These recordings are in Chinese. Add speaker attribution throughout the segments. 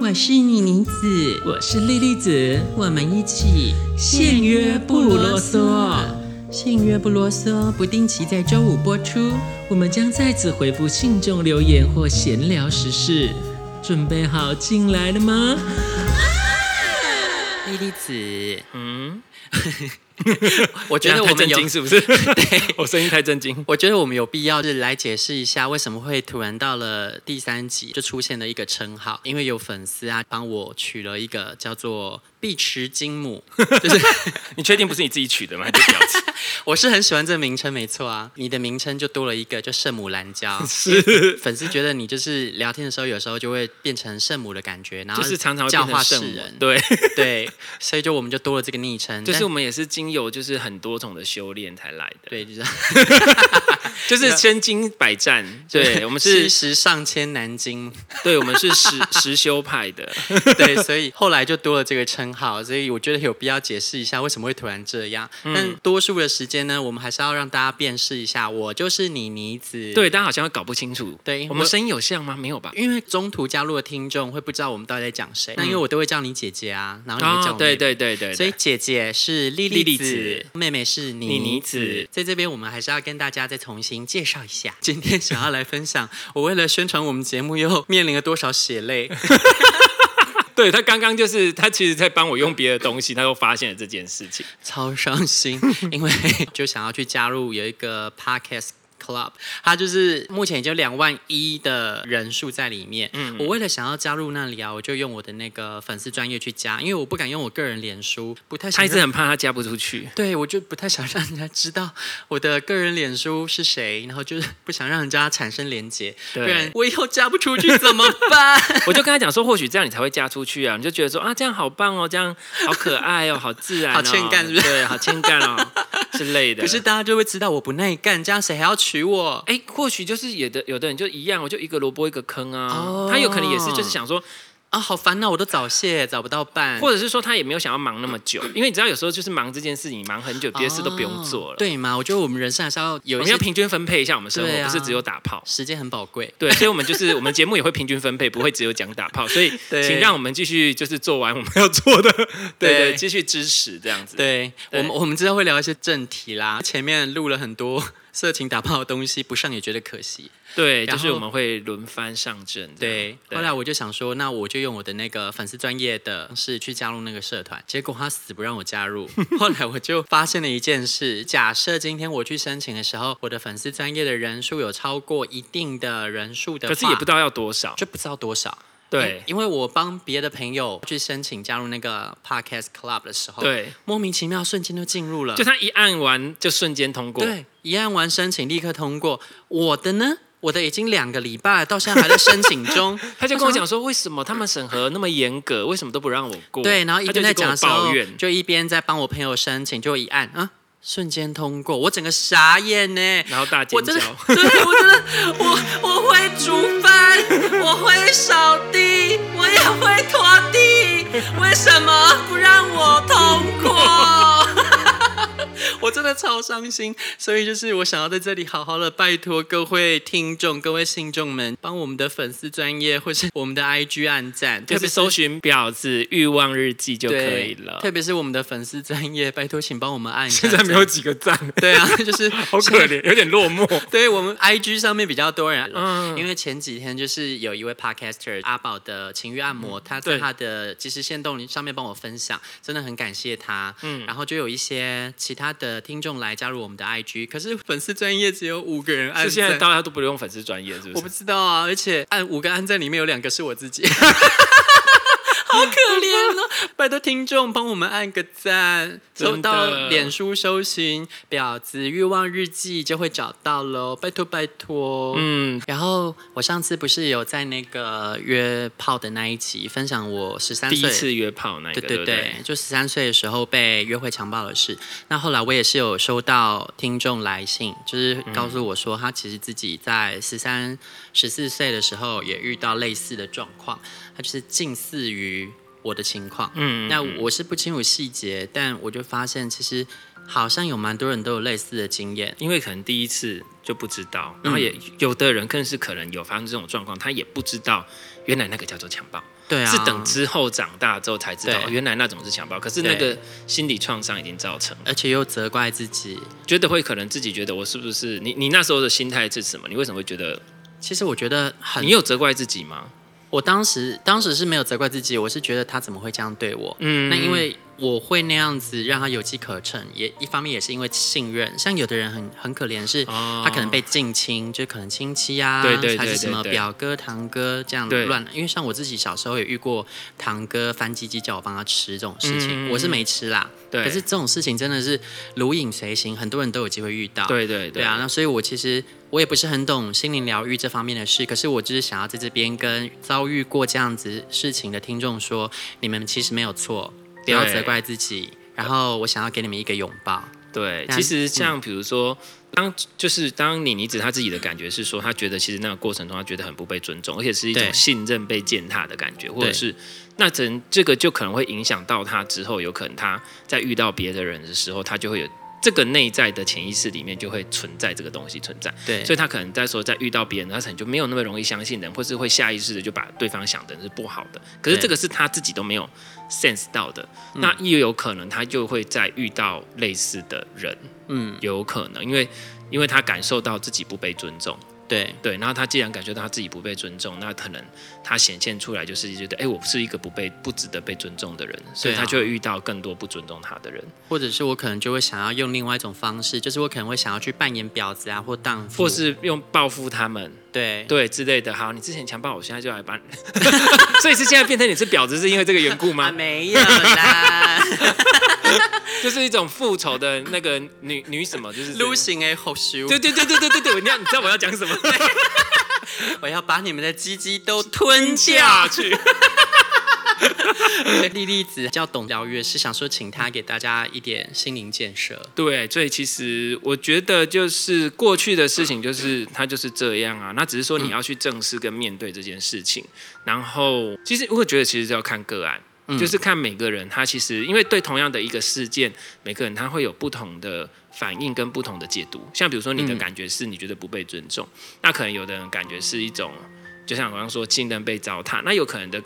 Speaker 1: 我是妮妮子，
Speaker 2: 我是莉莉子，
Speaker 1: 我们一起
Speaker 2: 限约不啰嗦。
Speaker 1: 信约不啰嗦，不定期在周五播出。
Speaker 2: 我们将在此回复信众留言或闲聊时事。准备好进来了吗？
Speaker 1: 莉莉子，
Speaker 3: 嗯，
Speaker 1: 我觉得我
Speaker 3: 太
Speaker 1: 们
Speaker 3: 震
Speaker 1: 有，
Speaker 3: 惊是不是？
Speaker 1: 对
Speaker 3: 我声音太震惊。
Speaker 1: 我觉得我们有必要是来解释一下，为什么会突然到了第三集就出现了一个称号，因为有粉丝啊帮我取了一个叫做“碧池金母”，就是
Speaker 3: 你确定不是你自己取的吗？这婊子
Speaker 1: 我是很喜欢这个名称，没错啊，你的名称就多了一个，就圣母蓝胶。
Speaker 3: 是
Speaker 1: 粉丝觉得你就是聊天的时候，有时候就会变成圣母的感觉，然后
Speaker 3: 就是常常会
Speaker 1: 教
Speaker 3: 变成
Speaker 1: 化
Speaker 3: 圣
Speaker 1: 世
Speaker 3: 母
Speaker 1: 人，
Speaker 3: 对，
Speaker 1: 对，所以就我们就多了这个昵称，
Speaker 3: 就是
Speaker 1: 但
Speaker 3: 我们也是经由就是很多种的修炼才来的，
Speaker 1: 对，就是
Speaker 3: 就是千金百战。对，我们是
Speaker 1: 七，十上千南京，
Speaker 3: 对，我们 是实实修派的。
Speaker 1: 对，所以后来就多了这个称号，所以我觉得有必要解释一下为什么会突然这样。
Speaker 3: 嗯
Speaker 1: 但多数的时间呢，我们还是要让大家辨识一下，我就是你妮子，
Speaker 3: 对，大家好像搞不清楚，
Speaker 1: 对
Speaker 3: 我
Speaker 1: 我
Speaker 3: 们声音有像吗？没有吧？
Speaker 1: 因为中途加入的听众会不知道我们到底在讲谁，那因为我都会叫你姐姐啊，然后你会叫
Speaker 3: 啊，
Speaker 1: 我妹妹
Speaker 3: 嗯对对对对，
Speaker 1: 所以
Speaker 3: 对
Speaker 1: 姐姐是莉莉
Speaker 3: 莉
Speaker 1: 子，
Speaker 3: 莉子
Speaker 1: 妹妹是妮妮
Speaker 3: 妮妮
Speaker 1: 子
Speaker 3: 子。
Speaker 1: 在这边，我们还是要跟大家再重新介绍一下。今天想要来分享，我为了宣传我们节目，又面临了多少血泪。
Speaker 3: 对他刚刚就是他其实在帮我用别的东西，他又发现了这件事情。
Speaker 1: 超伤 心，因为 就想要去加入有一个 podcast。Club，它就是目前已经有两万一的人数在里面。嗯，我为了想要加入那里啊，我就用我的那个粉丝专业去加，因为我不敢用我个人脸书，不太想
Speaker 3: 他一直
Speaker 1: 让。
Speaker 3: 很怕他嫁不出去，
Speaker 1: 对，我就不太想让人家知道我的个人脸书是谁，然后就是不想让人家产生连结，不
Speaker 3: 对
Speaker 1: 然我以后嫁不出去怎么 办？
Speaker 3: 我就跟他讲说，或许这样你才会嫁出去啊！你就觉得说啊，这样好棒哦，这样好可爱哦，好自然、哦，
Speaker 1: 好欠干是不是
Speaker 3: 对，好欠干哦之类的。
Speaker 1: 可是，大家就会知道我不耐干，这样谁还要娶我？
Speaker 3: 哎，或许就是有的有的人就一样，我就一个萝卜一个坑啊。
Speaker 1: 哦
Speaker 3: 他有可能也是就是想说，
Speaker 1: 啊，好烦恼，我都早泄，找不到伴。
Speaker 3: 或者是说他也没有想要忙那么久，因为你知道有时候就是忙这件事情，忙很久，别的事都不用做了。
Speaker 1: 哦，对嘛？我觉得我们人生还是要
Speaker 3: 我
Speaker 1: 有一
Speaker 3: 们要
Speaker 1: 些
Speaker 3: 平均分配一下我们生
Speaker 1: 对
Speaker 3: 活，
Speaker 1: 啊
Speaker 3: 不是只有打炮。
Speaker 1: 时间很宝贵。
Speaker 3: 对，所以，我们就是我们节目也会平均分配，不会只有讲打炮，所以，
Speaker 1: 对
Speaker 3: 请让我们继续就是做完我们要做的，对
Speaker 1: 对
Speaker 3: 对，继续支持这样子。
Speaker 1: 对
Speaker 3: 对
Speaker 1: 我们，我们之后会聊一些正题啦。前面录了很多 色情打炮的东西，不上也觉得可惜。
Speaker 3: 对，
Speaker 1: 然
Speaker 3: 就
Speaker 1: 后
Speaker 3: 是我们会轮番上阵。
Speaker 1: 对，
Speaker 3: 这
Speaker 1: 后
Speaker 3: 样
Speaker 1: 来我就想说，那我就用我的那个粉丝专业的方式去加入那个社团，结果他死不让我加 入。后来我就发现了一件事：假设今天我去申请的时候，我的粉丝专业的人数有超过一定的人数的话，
Speaker 3: 对可是也不知道要多少。哎
Speaker 1: 就不知道多少。
Speaker 3: 对
Speaker 1: 因因为我帮别的朋友去申请加入那个 podcast club 的时候，，
Speaker 3: 对，
Speaker 1: 莫名其妙瞬间就进入了，
Speaker 3: 就他一按完就瞬间通
Speaker 1: 嗯
Speaker 3: 过。。
Speaker 1: 对，一按完申请立刻通过。我的呢，我的已经两个礼拜了，到现在还在申请中
Speaker 3: 他就跟我讲说，为什么他们审核那么严格，为什么都不让我过？
Speaker 1: 对，然后一
Speaker 3: 他
Speaker 1: 边在
Speaker 3: 就是跟
Speaker 1: 讲
Speaker 3: 我
Speaker 1: 的时候
Speaker 3: 抱怨，。
Speaker 1: 就一边在帮我朋友申请，就一按啊，瞬间通过，我整个傻眼呢。
Speaker 3: 然后大尖
Speaker 1: 我真的
Speaker 3: 叫，，
Speaker 1: 对我真的，我我会煮饭，我会扫地，我也会拖地，为什么不让我通 过？我真的超伤心，所以就是我想要在这里好好的拜托各位听众、各位信众们，帮我们的粉丝专业或是我们的 IG 按赞，
Speaker 3: 就
Speaker 1: 特别
Speaker 3: 是搜寻“婊子欲望日记”就可
Speaker 1: 对
Speaker 3: 以了。
Speaker 1: 特别是我们的粉丝专业，拜托请帮我们按一下
Speaker 3: 现
Speaker 1: 赞。
Speaker 3: 在没有几个赞，
Speaker 1: 对啊， 就是
Speaker 3: 好可怜，有点落 寞。
Speaker 1: 对我们 IG 上面比较多人，啊
Speaker 3: 嗯
Speaker 1: 因为前几天就是有一位 Podcaster 阿宝的情欲按摩，他在
Speaker 3: 嗯对
Speaker 1: 他的即时限动上面帮我分享，真的很感谢他。嗯，然后就有一些其他的听众来加入我们的 IG，可是粉丝专业只有五个人按
Speaker 3: 是现在
Speaker 1: 赞，
Speaker 3: 大家都不用粉丝专业，是
Speaker 1: 我
Speaker 3: 不
Speaker 1: 不
Speaker 3: 是？
Speaker 1: 知道啊，而且按五个按赞里面有两个是我自 己。好可怜哦！ 拜托听众帮我们按个赞，
Speaker 3: 真
Speaker 1: 搜
Speaker 3: 的
Speaker 1: 到脸书搜寻“婊子欲望日记”就会找到喽，拜托拜托。
Speaker 3: 嗯，
Speaker 1: 然后我上次不是有在那个约炮的那一集分享我十三
Speaker 3: 第一
Speaker 1: 岁。
Speaker 3: 次约炮那个，
Speaker 1: 对
Speaker 3: 对
Speaker 1: 对
Speaker 3: 不
Speaker 1: 对，就十三岁的时候被约会强暴的事。那后来我也是有收到听众来信，就是
Speaker 3: 嗯
Speaker 1: 告诉我说，他其实自己在十三、十四岁的时候也遇到类似的状况，他就是近似于我的情况。
Speaker 3: 嗯，
Speaker 1: 那我是不清楚细节，但我就发现其实好像有蛮多人都有类似的经验。
Speaker 3: 因为可能第一次就不知道，然后也有的人更是可能有发生这种状况，他也不知道原来那个叫做强暴，
Speaker 1: 对啊
Speaker 3: 是等之后长大之后才知道，
Speaker 1: 对
Speaker 3: 原来那种是强暴，可是那个心理创伤已经造成了，
Speaker 1: 而且又责怪自己。
Speaker 3: 觉得会可能自己觉得我是不是你你那时候的心态是什么？你为什么会觉得
Speaker 1: 其实我觉得很
Speaker 3: 你，有责怪自己吗？
Speaker 1: 我当时当时是没有责怪自己，我是觉得他怎么会这样对我？
Speaker 3: 嗯
Speaker 1: 那因为我会那样子让他有机可乘，也一方面也是因为信任。像有的人很很可怜，是
Speaker 3: 哦
Speaker 1: 他可能被近亲，就可能亲戚啊，
Speaker 3: 对对对
Speaker 1: 还是什么
Speaker 3: 对对
Speaker 1: 表哥、堂哥这样
Speaker 3: 对
Speaker 1: 乱。因为像我自己小时候也遇过堂哥翻鸡鸡叫我帮他吃这种事情，
Speaker 3: 嗯
Speaker 1: 我是没吃啦。
Speaker 3: 对
Speaker 1: 可是这种事情真的是如影随形，很多人都有机会遇到。
Speaker 3: 对对
Speaker 1: 对啊，，那所以我其实我也不是很懂心灵疗愈这方面的事，可是我就是想要在这边跟遭遇过这样子事情的听众说，你们其实没有错，不要
Speaker 3: 对
Speaker 1: 责怪自己。然后我想要给你们一个拥抱，
Speaker 3: 对，
Speaker 1: 那嗯
Speaker 3: 其实像比如说，当就是当妮妮子她自己的感觉是说，她觉得其实那个过程中她觉得很不被尊重，而且是一
Speaker 1: 对
Speaker 3: 种信任被践踏的感觉，或者是那整这个就可能会影响到她之后，有可能她在遇到别的人的时候，她就会有这个内在的潜意识里面就会存在这个东西存在，
Speaker 1: 对
Speaker 3: 所以她可能在说在遇到别人，她可能就没有那么容易相信人，或是会下意识的就把对方想的是不好的，可是
Speaker 1: 对嗯
Speaker 3: 这个是她自己都没有 sense 到的，那也有可能他就会再遇到类似的人，
Speaker 1: 嗯，
Speaker 3: 有可能，因为因为他感受到自己不被尊重，
Speaker 1: 对
Speaker 3: 对，然后他既然感受到他自己不被尊重，那可能他显现出来就是觉得，哎、我是一个不被不值得被尊重的人，所以
Speaker 1: 对啊
Speaker 3: 他就会遇到更多不尊重他的人，
Speaker 1: 或者是我可能就会想要用另外一种方式，就是我可能会想要去扮演婊子啊或荡妇，
Speaker 3: 或是用报复他们，
Speaker 1: 对
Speaker 3: 对之类的。好，你之前强暴我，现在就来把你， 所以是现在变成你是婊子，是因为这个缘故
Speaker 1: 啊
Speaker 3: 吗？
Speaker 1: 没有 啦，
Speaker 3: 就是一种复仇的那个女女什么，就是
Speaker 1: 撸行哎好羞，
Speaker 3: 对对对对对对对，你要你知道我要讲什 么？
Speaker 1: 我要把你们的鸡鸡都吞掉
Speaker 3: 下。去。
Speaker 1: 对莉莉子叫懂疗愈，是想说请她给大家一点心灵建设。
Speaker 3: 对，所以其实我觉得就是过去的事情，就是它就是这样啊。那只是说你要去正视跟面对这件事情。然后，其实我觉得其实是要看个案，就是看每个人他其实因为对同样的一个事件，每个人他会有不同的反应跟不同的解读。像比如说你的感觉是你觉得不被尊重，那可能有的人感觉是一种。就像我刚刚说，信任被糟蹋，那有可能的，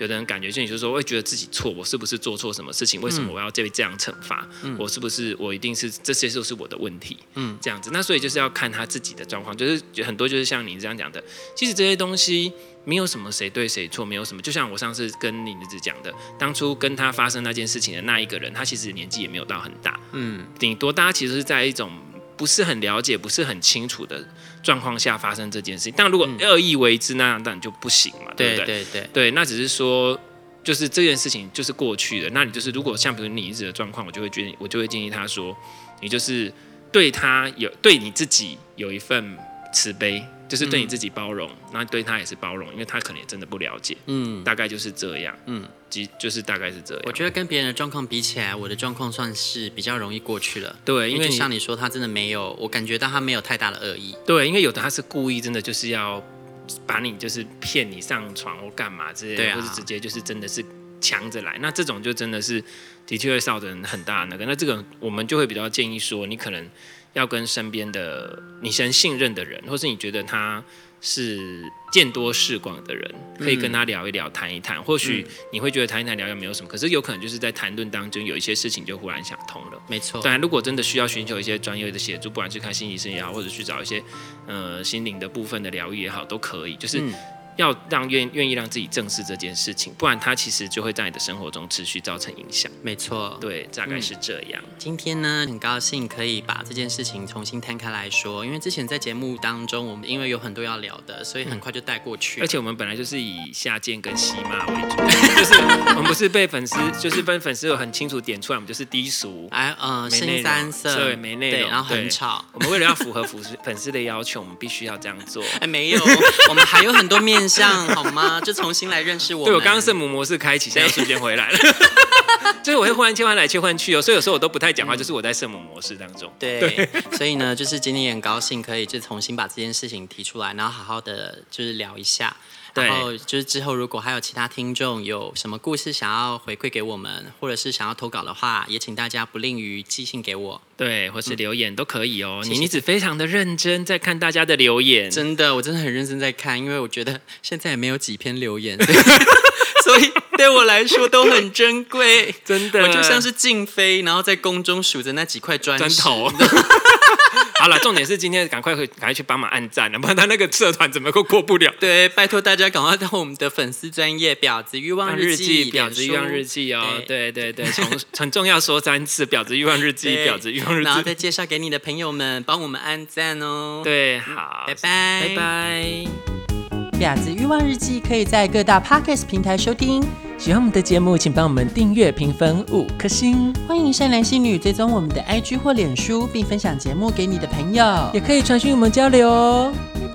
Speaker 3: 有的人感觉就你就说会觉得自己错，我是不是做错什么事情？为
Speaker 1: 嗯
Speaker 3: 什么我要被这样惩罚？我是不是我一定是这些都是我的问题？嗯，这样子，那所以就是要看他自己的状况，就是很多就是像你这样讲的，其实这些东西没有什么谁对谁错，没有什么，就像我上次跟你儿子讲的，当初跟他发生那件事情的那一个人，他其实年纪也没有到很大，
Speaker 1: 嗯，
Speaker 3: 顶多大家其实是在一种不是很了解、不是很清楚的状况下发生这件事情。但如果恶意为之，那当然就不行嘛，
Speaker 1: 嗯
Speaker 3: 对不
Speaker 1: 对
Speaker 3: 对？
Speaker 1: 对对，
Speaker 3: 对，那只是说，就是这件事情就是过去的。那你就是如果像比如你一直的状况，我就会建议，我就会建议他说，你就是对他有对你自己有一份慈悲，就是对你自己包容，那、对他也是包容，因为他可能也真的不了解，
Speaker 1: 嗯，
Speaker 3: 大概就是这样，
Speaker 1: 嗯
Speaker 3: 嗯，即就是大概是这样。
Speaker 1: 我觉得跟别人的状况比起来，我的状况算是比较容易过去了。
Speaker 3: 对，
Speaker 1: 因为
Speaker 3: 因为
Speaker 1: 就
Speaker 3: 你
Speaker 1: 像你说，他真的没有，我感觉到他没有太大的恶意。
Speaker 3: 对，因为有的他是故意，真的就是要把你就是骗你上床或干嘛之类的，
Speaker 1: 对啊
Speaker 3: 或是直接就是真的是强着来。那这种就真的是的确会造成很大的那个。那这个我们就会比较建议说，你可能要跟身边的你先信任的人，或是你觉得他。是见多识广的人，可以
Speaker 1: 嗯
Speaker 3: 跟他聊一聊、谈一谈。或许你会觉得谈一谈、聊一聊没有什么，可是有可能就是在谈论当中有一些事情就忽然想通了。
Speaker 1: 没错，
Speaker 3: 当然，如果真的需要寻求一些专业的协助，不管去看心理医生也好，或者去找一些呃心灵的部分的疗愈也好，都可以。就是
Speaker 1: 嗯
Speaker 3: 要让愿愿意让自己正视这件事情，不然它其实就会在你的生活中持续造成影响。
Speaker 1: 没错。
Speaker 3: 对，大
Speaker 1: 嗯
Speaker 3: 概是这样。
Speaker 1: 今天呢，很高兴可以把这件事情重新摊开来说，因为之前在节目当中，我们因为有很多要聊的，所以很快就带过去。
Speaker 3: 嗯而且我们本来就是以下贱跟吸骂为主， 就是我们不是被粉丝，就是被粉丝有很清楚点出来，我们就是低俗。
Speaker 1: 哎，呃，
Speaker 3: 没内
Speaker 1: 新
Speaker 3: 容
Speaker 1: 三色，
Speaker 3: 对没内容
Speaker 1: 对，然后很
Speaker 3: 对
Speaker 1: 吵。
Speaker 3: 我们为了要符合粉丝 粉丝的要求，我们必须要这样 做。
Speaker 1: 哎，没有，我们还有很多面相，好吗？就重新来认识我们。
Speaker 3: 对我刚刚圣母模式开启，现在又瞬间回来 了，就是我会忽然切换来切换去哦，所以有时候我都不太讲话，就是我在圣母模式当中。
Speaker 1: 对， 所以呢，就是今天也很高兴可以就重新把这件事情提出来，然后好好的就是聊一下。
Speaker 3: 对
Speaker 1: 然后就是之后如果还有其他听众有什么故事想要回馈给我们，或者是想要投稿的话，也请大家不吝于寄信给我。
Speaker 3: 对，或是留言都可以哦。
Speaker 1: 谢谢
Speaker 3: 你妮子非常的认真在看大家的留 言，
Speaker 1: 真的，我真的很认真在看，因为我觉得现在也没有几篇留言，所以所以对我来说都很珍 贵。
Speaker 3: 真的
Speaker 1: 我就像是静妃，然后在宫中数着那几块砖
Speaker 3: 砖
Speaker 1: 石
Speaker 3: 头。 好了，重点是今天赶快回，赶快去帮忙按赞啊，不然他那个社团怎么都过不了。
Speaker 1: 对，拜托大家赶快到我们的粉丝专业婊子欲望
Speaker 3: 日
Speaker 1: 记、
Speaker 3: 婊子欲望日
Speaker 1: 记，
Speaker 3: 记哦，对对对，从 很重要说三次，婊子欲望日记，
Speaker 1: 对
Speaker 3: 婊子欲望日
Speaker 1: 然后
Speaker 3: 记，
Speaker 1: 再介绍给你的朋友们，帮我们按赞哦。，
Speaker 3: 对，好，
Speaker 1: 拜拜，
Speaker 3: 嗯拜。拜。
Speaker 4: 婊子欲望日记可以在各大 podcast 平台收听。喜欢我们的节目，请帮我们订阅、评分五颗星。欢迎善良心女追踪我们的 IG 或脸书，并分享节目给你的朋友，也可以传讯我们交流哦。拜拜。